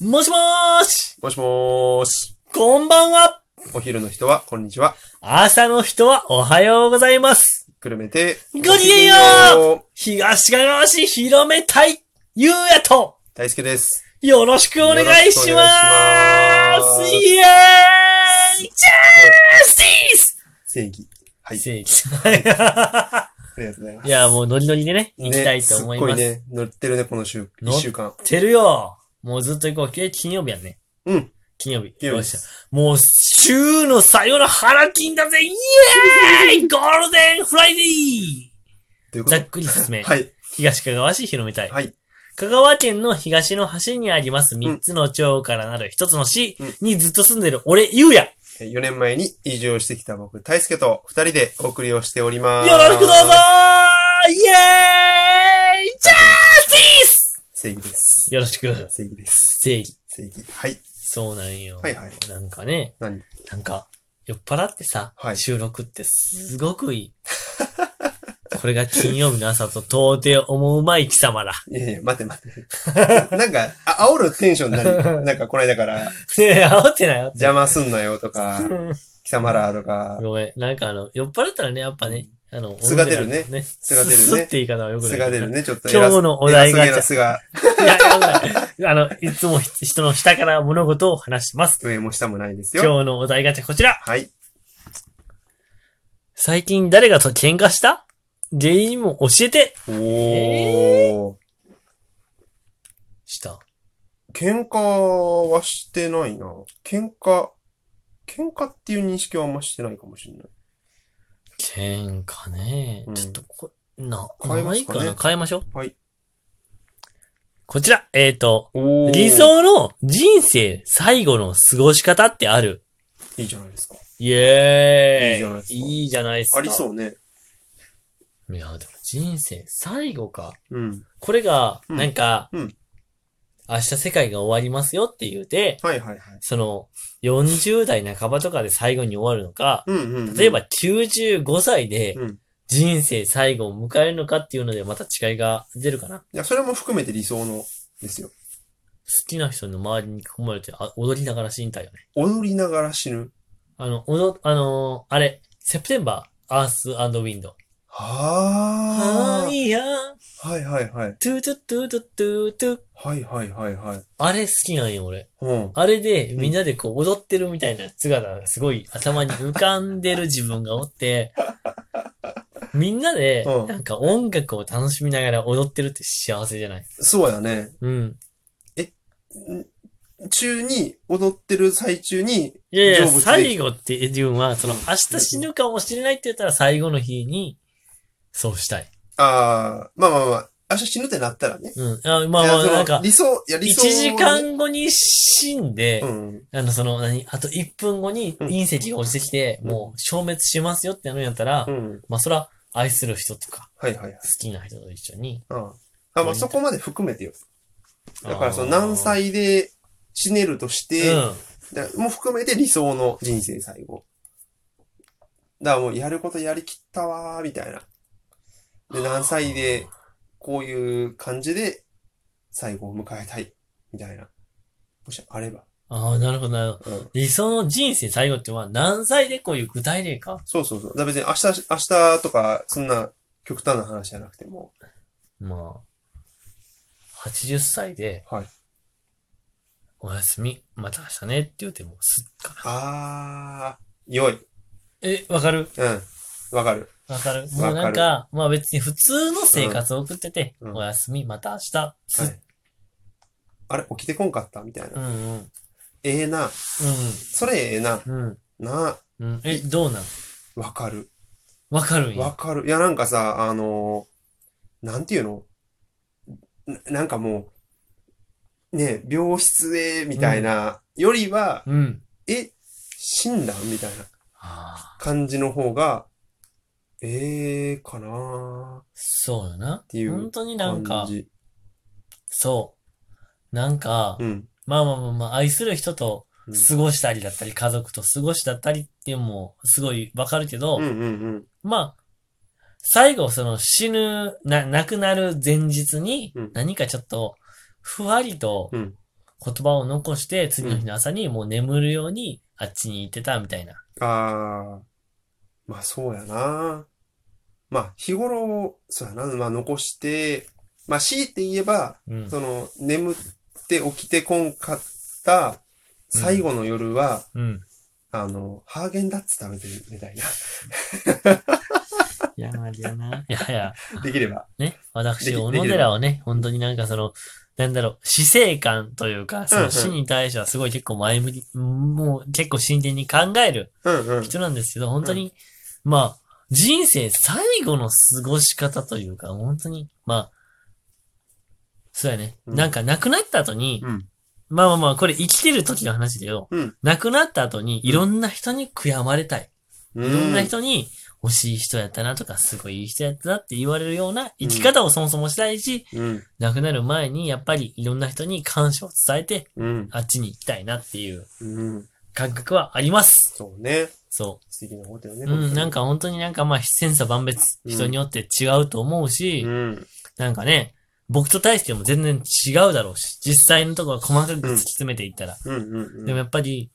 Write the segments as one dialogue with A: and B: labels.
A: もしもーし
B: もしもーし。
A: こんばんは
B: お昼の人は、こんにちは。
A: 朝の人はおはようございます
B: くるめて。
A: ごきげんよ東かがわ市広めたいゆうやと
B: 大輔です。
A: よろしくお願いしま
B: よろしくお願いしますす
A: イエーイチャースティス
B: 正義。はい。
A: 正義。は
B: ありがとうございま
A: い
B: す。
A: いや、もうノリノリでね、
B: ね、
A: 行きたいと思います。
B: すっごいね、乗ってるね、この週、
A: 乗
B: 一
A: っ
B: 週間。
A: てるよもうずっと行こう。え金曜日やんね。
B: うん。
A: 金曜日。
B: 金曜日
A: よっしゃ。もう、週の最後の腹筋だぜイエー イゴールデンフライデ
B: とい
A: ー
B: うこと
A: ざ
B: で
A: っくり説明。
B: はい。
A: 東かがわ市広めたい。
B: はい。
A: 香川県の東の端にあります三つの町からなる一つの市
B: うん
A: にずっと住んでる俺、ゆうや。よ
B: え4年前に移住してきた僕、大輔と二人でお送りをしておりま
A: ろ
B: す。
A: しくどうぞイエーイチャース
B: 正義です。
A: ティースよろしく。
B: 正義です。
A: 正義。
B: 正義。はい。
A: そうなんよ。
B: はいはい
A: なんかね、
B: 何
A: なんか、酔っ払ってさ、
B: はい
A: 収録ってすごくい い。これが金曜日の朝と到底思うまい貴様だ。
B: いやいや、待て待て。 なんか、あ煽るテンションになる。なんか、これだから、
A: ねえ、煽ってないよ。
B: 邪魔すんなよとか、貴様らとか、
A: ごめん。なんかあの、酔っ払ったらね、やっぱね、あの、
B: 素が出るね
A: ね。
B: 素が出るね
A: すすって言い方はよくない。
B: 素が出るね、ちょっ と。
A: 今日のお題ガチャ
B: 偉そうげな
A: いや。よくないあの、いつも人の下から物事を話します。
B: 素が、上も下もないですよ。
A: 今日のお題ガチャこちら。
B: はい。
A: 最近誰がと喧嘩した原因も教えて。
B: お
A: え
B: ー。
A: した。
B: 喧嘩はしてないな。喧嘩、喧嘩っていう認識はあんましてないかもしれない。
A: 喧嘩ね、
B: うん
A: ちょっとこ、な、
B: 変えますかね
A: ないな変えましょう。
B: はい。
A: こちら、えっ、と、
B: お
A: 理想の人生最後の過ごし方ってある
B: いいじゃないですか。
A: イエーイ
B: い
A: いいじゃないですか。
B: ありそうね。
A: う。いや、でも人生最後か。
B: うん。
A: これが、
B: うん
A: なんか、
B: うん
A: 明日世界が終わりますよって言うて、
B: はいはいはい。
A: その、40代半ばとかで最後に終わるのか、
B: うんうん、うん。
A: 例えば95歳で
B: うん。い
A: 人生最後を迎えるのかっていうのでまた違いが出るかな。
B: や、それも含めて理想のですよ。
A: 好きな人の周りに囲まれてあ踊りながら死にたいよね。
B: 踊りながら死ぬ。
A: あの、おの、あのーあれ、セプテンバー、アースウィンド。
B: は
A: は
B: あ。
A: いやー、
B: はいはいはい。
A: トゥトゥトゥトゥトゥトゥ。
B: はいはいはいはい。
A: あれ好きなんよ、俺。
B: うん。
A: あれで、
B: ん
A: みんなでこう踊ってるみたいな姿がすごい頭に浮かんでる自分がお って、みんなで、
B: うん
A: なんか音楽を楽しみながら踊ってるって幸せじゃない
B: そうやね。
A: うん。
B: 中に、踊ってる最中に、
A: いやいや、
B: 成仏できた
A: 最後って自分は、その、明日死ぬかもしれないって言ったら最後の日に、そうしたい。
B: ああ、まあまあまあ、明日死ぬってなったらね。
A: うん。あまあ
B: いや
A: まあ、
B: その
A: なんか、
B: 理想、いや理
A: 1
B: 想をね、
A: 時間後に死んで、
B: うん。
A: あの、その、何、あと1分後に
B: うん
A: 隕石が落ちてきて、
B: うん
A: もう消滅しますよってなるんやったら、
B: うん。
A: まあ、そら、愛する人とか、
B: はいはいはい
A: 好。きな人と一緒に。
B: うん。あ、まあそこまで含めてよ。だからその
A: あー
B: 何歳で死ねるとし
A: うん。
B: て、だもう含めて理想の人生最後。だからもうやることやりきったわー、みたいな。で、何歳で、こういう感じで、最後を迎えたい、みたいな。もしあれば。
A: ああ、なるほど、なるほど。
B: うん。
A: 理想の人生最後ってのは何歳でこういう具体例か。
B: そうそうそう。だから別に明日、明日とか、そんな極端な話じゃなくても。
A: まあ、80歳で、
B: はい。
A: おやすみ、また明日ねって言うても、すっかな。
B: あー、良い。
A: え、わかる
B: うん。わかる。
A: わかる。
B: わか
A: もう
B: る
A: なんか、まあ別に普通の生活を送ってて、
B: うんうん
A: おやすみ、また明日、す
B: はい。あれ、起きてこんかったみたいな。
A: うんうん。
B: ええな。それええな。
A: うん。うん。
B: な、
A: うん。え、どうなん
B: わかる。
A: わかるん
B: わ
A: や。
B: かる。いや、なんかさ、あのーなんていうのななんかもう、ね、病室へ、みたいな、よりは、
A: うん。
B: え、死んだんみたいな
A: ああ、
B: 感じの方が、ええかな
A: そうよな。
B: ていう
A: 本当に
B: ー
A: なんか
B: 感、じ。
A: そう。なんか、
B: うん。
A: まあまあまあまあ、愛する人と過ごしたりだったり、家族と過ごしだったりっていうのも、すごいわかるけど、
B: うんうんうん。
A: まあ、最後、その死ぬ、な、亡くなる前日に
B: うん、
A: 何かちょっと、ふわりと
B: うん、
A: 言葉を残して、次の日の朝にもう眠るように、あっちに行ってたみたいな。
B: ああ、まあそうやな。まあ日頃、そうやな、まあ残して、まあ強いて言えば、
A: うん。
B: その眠って起きてこんかった最後の夜は、
A: うん。
B: あの、ハーゲンダッツ食べてるみたいな。
A: いや、まあ、いやな。いやいや、
B: できれば。
A: ね、
B: で
A: 私、
B: き
A: 小野寺はね、本当になんかその、なんだろう、死生観というか、そ
B: うんう
A: の
B: ん
A: 死に対してはすごい結構前向き、もう結構真剣に考える
B: うんうん。
A: 人なんですけど、本当に、まあ、人生最後の過ごし方というか、本当に、まあ、そうやね。
B: うん
A: なんか亡くなった後に、
B: うん
A: まあまあまあ、これ生きてる時の話だよ。
B: うん
A: 亡くなった後に、いろんな人に悔やまれたい。
B: う。
A: いろんなん人に、惜しい人やったなとか、すごいいい人やったなって言われるような生き方をそもそもしたいし、
B: うん。
A: 亡くなる前に、やっぱりいろんな人に感謝を伝えて、
B: うん。
A: あっちに行きたいなっていう
B: うん。
A: 感覚はあります。
B: そうね。
A: そ
B: 素敵なことよね。
A: う。うん、なん
B: か。
A: か本当になんかまあ、千差万別、
B: うん
A: 人によって違うと思うし、
B: うん。
A: なんかね、僕と大しても全然違うだろうし、実際のところは細かく突き詰めていったら。
B: うんうんうん。
A: でもやっぱり、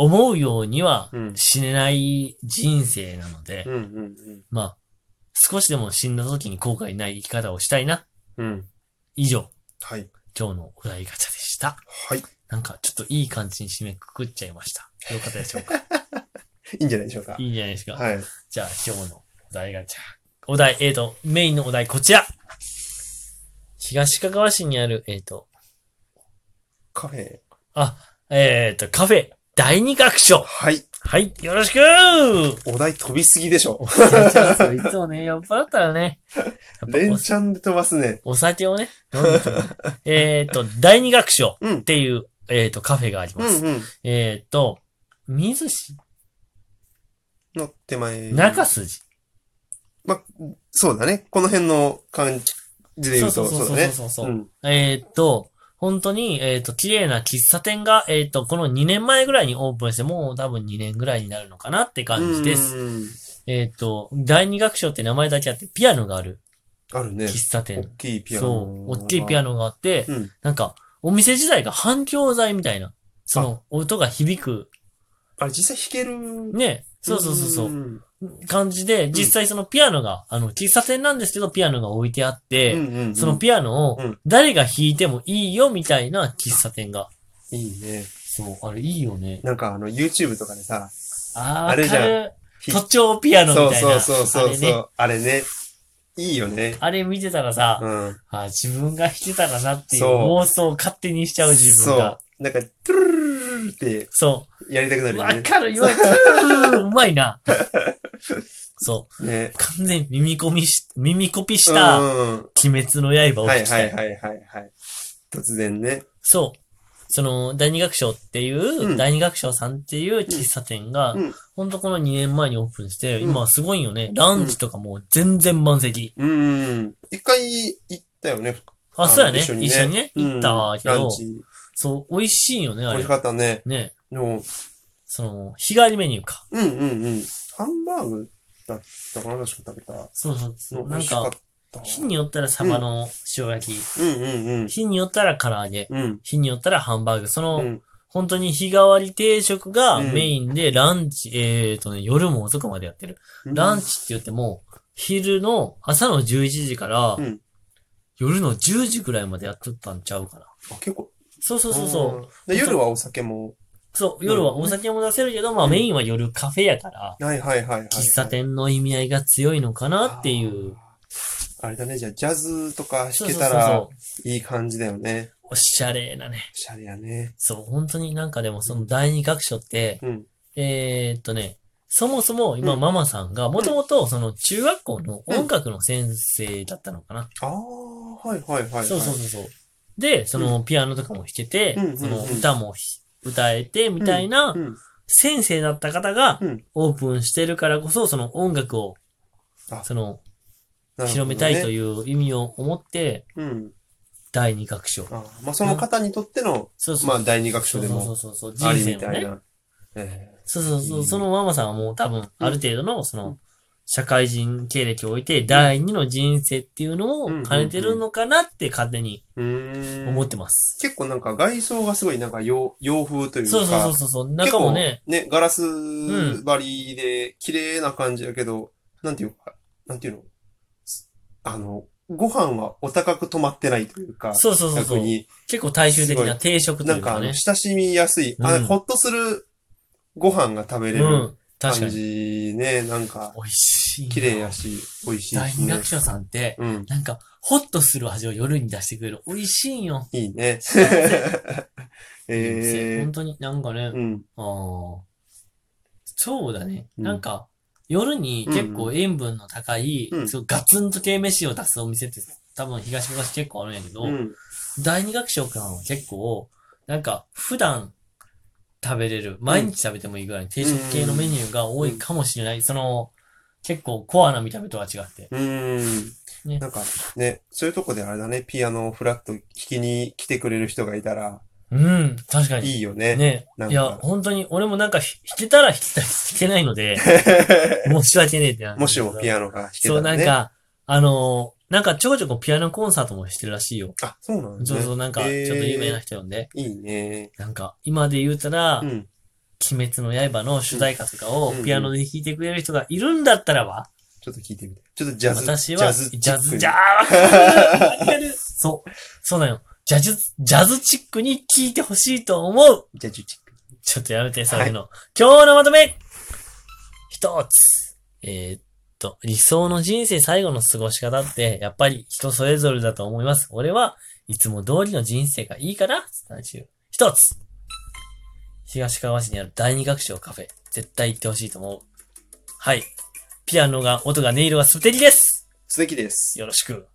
A: 思うようには
B: うん
A: 死ねない人生なので、
B: うんうんうん。
A: まあ、少しでも死んだ時に後悔ない生き方をしたいな。
B: うん。
A: 以上、
B: はい。
A: 今日のお題ガチャでした。
B: はい。
A: なんか、ちょっといい感じに締めくくっちゃいました。よかったでしょう か
B: いいんじゃないでしょうか。
A: いいんじゃないですか。
B: はい。
A: じゃあ、今日のお題ガチャ。お題、えーと、メインのお題、こちら東かがわ市にある、えーと、
B: カフェ。
A: えーと、カフェ、第二楽章
B: はい。
A: はい、よろしく
B: お題飛びすぎでしょ。
A: いつもね、酔っ払ったらね、や
B: 連
A: っぱ
B: チャンで飛ばすね。
A: おお酒をね、飲んで てもねえーと、第二楽章
B: うん
A: っていう、えーと、カフェがあり
B: う
A: ます。
B: んうん。
A: えーと、水市
B: の手前。
A: 中筋。
B: そうだね。この辺の感じで言うと、そうだね。
A: そうそうう。
B: ん。
A: えーっと、本当に、えーっと、綺麗な喫茶店が、えーっと、この2年前ぐらいにオープンして、もう多分2年ぐらいになるのかなって感じです。
B: す。
A: えーっと、第二楽章って名前だけあって、ピアノがある
B: あるね。
A: 喫茶
B: 大
A: 店。
B: きいピアノ。
A: そう、大きいピア
B: ノ。
A: ノがあって、
B: うん。
A: なんか、お店自体が反響材みたいな、その、音が響く、
B: あれ実際弾ける。
A: ね、そうそうそうそうう、
B: ん
A: 感じで、実際そのピアノが、あの、喫茶店なんですけど、ピアノが置いてあって、
B: うんうん。
A: そのピアノを
B: うん
A: 誰が弾いてもいいよみたいな喫茶店が。
B: いいね。
A: そう、あれいいよね。
B: なんかあの YouTube とかでさ、
A: あー、
B: あれじゃん
A: わかる都庁ピアノ
B: そ
A: み
B: う
A: たい
B: そ
A: な。
B: うそうそう
A: あれ
B: そ
A: ね。
B: う。あれね。いいよね。
A: あれ見てたらさ、
B: うん。
A: あー自分が弾けたらなっていう
B: そう
A: 妄想を勝手にしちゃう自分が。
B: そう。なんか、トゥルルルルルルって
A: そ
B: やりたくな
A: う。
B: る
A: わ
B: よね。
A: かる、言われてる。うまいな。そう。
B: ね。
A: 完全に耳コミし、耳コピし
B: う
A: た、
B: んうん
A: 鬼滅の刃を
B: は
A: 聞
B: い
A: き
B: は
A: た
B: い
A: い。
B: はいはいはい。突然ね。
A: そう。その、第二楽章っていう、
B: うん
A: 第二楽章さんっていう喫茶店が
B: うん、
A: ほんとこの2年前にオープンして、
B: うん
A: 今すごいよね。ランチとかもう全然満席。
B: うん。一回行ったよね。
A: あ、そうやね。
B: 一緒にね
A: 一緒にね、行ったわけ
B: うんラ
A: ど
B: ン、チ。
A: そう、美味しいよね、
B: 美
A: あ
B: 味
A: れ
B: し。かったね。
A: ね。
B: でも、
A: その、日帰りメニューか。
B: うんうんうん。ハンバーグだったかな確か食べた。
A: そうそうそう。
B: 美
A: なん
B: 味しか
A: か
B: っ、た。
A: 日によったらサバの塩焼き、
B: うんうんうん。
A: 日によったら唐揚げ、
B: うん。
A: 日によったらハンバーグ。そうの、
B: ん。
A: 本当に日替わり定食が
B: うん
A: メインで、ランチ、えーとね、夜も遅くまでやってる。ラン
B: チ。
A: チって言っても、昼の、朝の11時から
B: うん、
A: 夜の10時ぐらいまでやっとったんちゃうかな。
B: あ結構。
A: そうそうそうそう。
B: うん。で、夜はお酒も。
A: そう、夜はお酒も出せるけど、まあ
B: うん
A: メインは夜カフェやから、
B: はいはいはいはい。
A: 喫茶店の意味合いが強いのかなっていう。
B: あー。あれだね、じゃあ、ジャズとか
A: そうそう
B: 弾け
A: そ
B: た
A: う
B: ら
A: そ、う。
B: いい感じだよね。
A: おしゃれなね。
B: おしゃれやね。
A: そう、本当になんかでもその第二楽章って、
B: うん。
A: えーっとね、そもそも今
B: うん
A: ママさんが、もともとその中学校の音楽の先生だったのかな。
B: ああ、はいはいはいはい。
A: そうそうそうそう。で、そのピアノとかも弾けて
B: うんうんう、ん
A: その歌もひ歌えてみたいな
B: うん。
A: 先生だった方が
B: うん
A: オープンしてるからこそ、その音楽を
B: あ、
A: その
B: なるほどね
A: 広めたいという意味を思って、
B: うん。
A: 第二楽章。
B: あーまあ、その方にとっての、
A: そうそう。
B: まあ、第二楽章で
A: そ
B: も
A: う、そうそうそう。
B: あり
A: 人
B: み
A: 生
B: た
A: も
B: い
A: ね。
B: な。え
A: そうそうそうう。
B: ん
A: そのママさんはもう多分、ある程度の、そうの、社会人経歴を置いて、第二の人生っていうのを兼ねてるのかなって勝手に
B: うーん
A: 思ってます。
B: 結構なんか外装がすごいなんか洋洋風というか、
A: そうそうそうそうそう。中もね、
B: 結構ね、ガラス張りで綺麗な感じやけど、なんていうか、なんていうのあの、ご飯はお高く止まってないというか、
A: そうそうそうそ
B: 逆
A: う。
B: に、
A: 結構大衆的
B: すご
A: な定食と
B: ないん
A: う
B: かあ
A: か
B: の
A: ね。
B: 親しみやすい、あ
A: うん
B: ほっとするご飯が食べれ
A: う
B: る
A: ん。確か
B: 感
A: に。
B: じね、なんか
A: 美味しい。
B: 綺麗や。し、美味しい
A: 第
B: し
A: 二
B: ね
A: 楽。章さんって、
B: うん、
A: なんか、ホッとする味を夜に出してくれる。美味しいんよ。
B: い いね。え
A: 本当になんかね
B: ー、、うん、
A: あーそうだね。
B: うん
A: なんか、夜に結構塩分の高い、
B: うん
A: そうガツンと系飯を出すお店って多分東昔結構あるんやけど、
B: うん、
A: 第二楽章館は結構、なんか普段食べれる、毎日食べてもいいぐらいの定食系のメニューが多いかもしれない。その、結構コアな見た目とは違って。
B: うん。
A: ね
B: なんかね、そういうとこであれだね、ピアノをフラッと弾きに来てくれる人がいたら、
A: うん、確か
B: い
A: に。
B: いよね。
A: ね
B: なん
A: いや、
B: か、
A: 本当に、俺もなんかひ弾けたら 弾きたい、弾けないの で、申し訳ねえってなるんだけど。
B: もしもピアノが弾けた
A: そう、な
B: ら
A: ん
B: ね。
A: か、あのーなんかちょこちょこピアノコンサートもしてるらしいよ。
B: あ、そうなんです
A: そう
B: ね。
A: そう、なんか、
B: へー
A: ちょっと有名な人呼んで。
B: いいね。
A: なんか、今で言うたら、
B: うん。
A: 鬼滅の刃の主題歌とかを
B: うん
A: ピアノで弾いてくれる人がいるんだったらば、
B: ちょっと聞いてみて。ちょっとジャズ、
A: 私は、
B: ジャズチックに、
A: ジャズ、ジャーわかるそう、そうなの。ジャズ、ジャズチックに聴いてほしいと思う
B: ジャズチック。
A: ちょっとやめて、そういうの。今日のまとめ一つ。えーっと、理想の人生最後の過ごし方って、やっぱり人それぞれだと思います。俺はいつも通りの人生がいいから、伝え中。一つ。東川市にある第二学章カフェ。絶対行ってほしいと思う。はい。ピアノが、音が、音色が素敵です
B: 素敵です。
A: よろしく。